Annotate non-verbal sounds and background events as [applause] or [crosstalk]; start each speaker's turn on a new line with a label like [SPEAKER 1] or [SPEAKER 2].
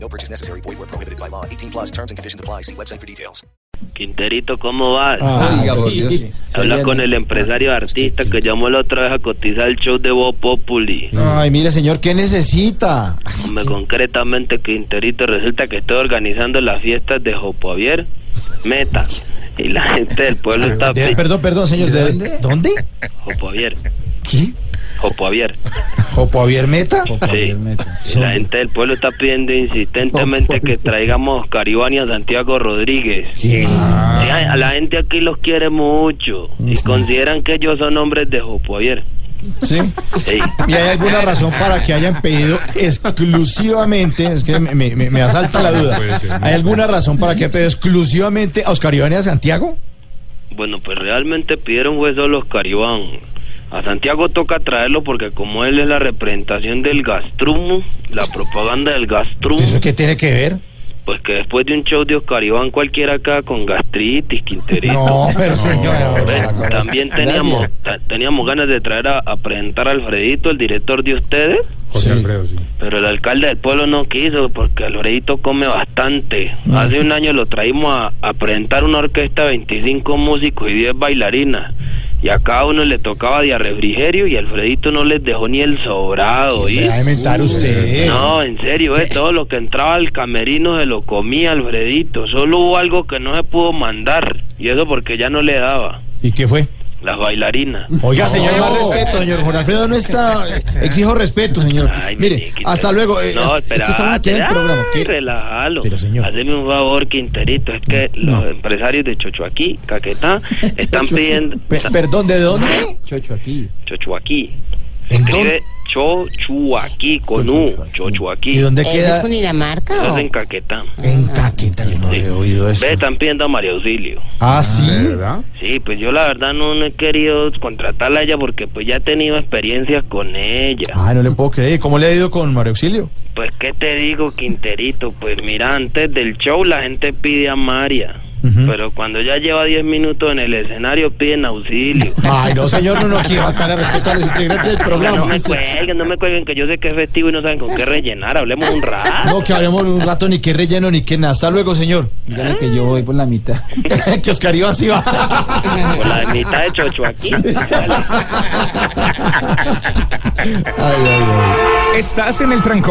[SPEAKER 1] No purchase necessary. Void where prohibited by law. 18 plus terms and conditions apply. See website for details.
[SPEAKER 2] Quinterito, ¿cómo vas?
[SPEAKER 3] Oiga, por Dios.
[SPEAKER 2] Habla con el empresario artista que llamó la otra vez a cotizar el show de Voz Populi.
[SPEAKER 3] Ay, mire, señor, ¿qué necesita?
[SPEAKER 2] Hombre, concretamente, Quinterito, resulta que estoy organizando las fiestas de Jopovier Meta. Y la gente del pueblo
[SPEAKER 3] [laughs]
[SPEAKER 2] está...
[SPEAKER 3] De- perdón, perdón, señor. ¿De dónde? ¿Dónde?
[SPEAKER 2] Jopovier,
[SPEAKER 3] ¿Qué?
[SPEAKER 2] Jopovier.
[SPEAKER 3] ¿Jopoavier Meta?
[SPEAKER 2] Sí. Y la gente del pueblo está pidiendo insistentemente que traigamos Caribania Santiago Rodríguez.
[SPEAKER 3] ¿Qué?
[SPEAKER 2] Sí, a la gente aquí los quiere mucho y consideran que ellos son hombres de Jopovier.
[SPEAKER 3] ¿Sí?
[SPEAKER 2] Sí.
[SPEAKER 3] ¿Y hay alguna razón para que hayan pedido exclusivamente? Es que me, me- me- me asalta la duda. ¿Hay alguna razón para que hayan pedido exclusivamente a Oscar Iván y a Santiago?
[SPEAKER 2] Bueno, pues realmente pidieron fue solo Oscar Iván. A Santiago toca traerlo porque como él es la representación del gastrumo, la propaganda del gastrumo,
[SPEAKER 3] ¿Eso qué tiene que ver?
[SPEAKER 2] pues que después de un show de Oscar Iván cualquiera acá con gastritis, quinterito.
[SPEAKER 3] No, pero señor.
[SPEAKER 2] Pues,
[SPEAKER 3] la cosa-
[SPEAKER 2] también teníamos ta- teníamos ganas de traer a, a presentar a Alfredito, el director de ustedes,
[SPEAKER 3] Sí.
[SPEAKER 2] pero el alcalde del pueblo no quiso porque Alfredito come bastante. Hace un año lo traímos a, a presentar una orquesta de 25 músicos y 10 bailarinas. Y a cada uno le tocaba de a refrigerio y Alfredito no les dejó ni el sobrado. ¿y?
[SPEAKER 3] Me va a inventar usted.
[SPEAKER 2] No, en serio, eh, todo lo que entraba al camerino se lo comía Alfredito. Solo hubo algo que no se pudo mandar. Y eso porque ya no le daba.
[SPEAKER 3] ¿Y qué fue?
[SPEAKER 2] Las bailarinas.
[SPEAKER 3] Oiga, señor, más respeto, señor. Juan Alfredo no está.
[SPEAKER 2] [laughs]
[SPEAKER 3] Exijo respeto, señor.
[SPEAKER 2] Ay,
[SPEAKER 3] Mire,
[SPEAKER 2] Miniquito.
[SPEAKER 3] hasta luego. eh,
[SPEAKER 2] no,
[SPEAKER 3] es que
[SPEAKER 2] espera,
[SPEAKER 3] estamos aquí en el programa. ¿qué?
[SPEAKER 2] relájalo.
[SPEAKER 3] Pero, señor.
[SPEAKER 2] Haceme un favor, Quinterito. Es que los empresarios de Chochoaquí,
[SPEAKER 3] [laughs]
[SPEAKER 2] Caquetá, están pidiendo.
[SPEAKER 3] Pe- perdón, ¿de dónde?
[SPEAKER 2] Chochoaquí.
[SPEAKER 3] ¿En
[SPEAKER 2] Escribe
[SPEAKER 3] dónde?
[SPEAKER 2] Chochuaquí con U. Chochuaquí.
[SPEAKER 3] ¿Y dónde
[SPEAKER 4] ¿Eso
[SPEAKER 3] queda?
[SPEAKER 4] es Cundinamarca
[SPEAKER 2] Eso
[SPEAKER 4] o?
[SPEAKER 2] es en Caquetá.
[SPEAKER 3] En Caquetá, yo no
[SPEAKER 2] Sí.
[SPEAKER 3] he oído eso.
[SPEAKER 2] Ve, están pidiendo a María Auxilio.
[SPEAKER 3] Ah, sí.
[SPEAKER 2] Sí, pues yo la verdad no, no he querido contratarla a ella porque pues ya he tenido experiencias con ella.
[SPEAKER 3] Ay, no le puedo creer. ¿Cómo le ha ido con Mario Auxilio?
[SPEAKER 2] Pues qué te digo, Quinterito, pues mira, antes del show la gente pide a María,
[SPEAKER 3] Ujú.
[SPEAKER 2] pero cuando ya lleva 10 minutos en el escenario piden auxilio.
[SPEAKER 3] [laughs] Ay, no, señor, no nos quiero faltar a respeto a los integrantes del
[SPEAKER 2] Oiga, no
[SPEAKER 3] programa.
[SPEAKER 2] me cuelguen, no me cuelguen, que yo sé que es festivo y no saben con qué rellenar, hablemos un rato.
[SPEAKER 3] No, que hablemos un rato, ni que relleno, ni que nada. Hasta luego, señor.
[SPEAKER 5] Dígale que yo voy por la mitad.
[SPEAKER 3] [laughs] que Oscar Iván sí va.
[SPEAKER 2] Por la mitad de chocho aquí.
[SPEAKER 3] ay, ay, ay.
[SPEAKER 6] Estás en el trancón.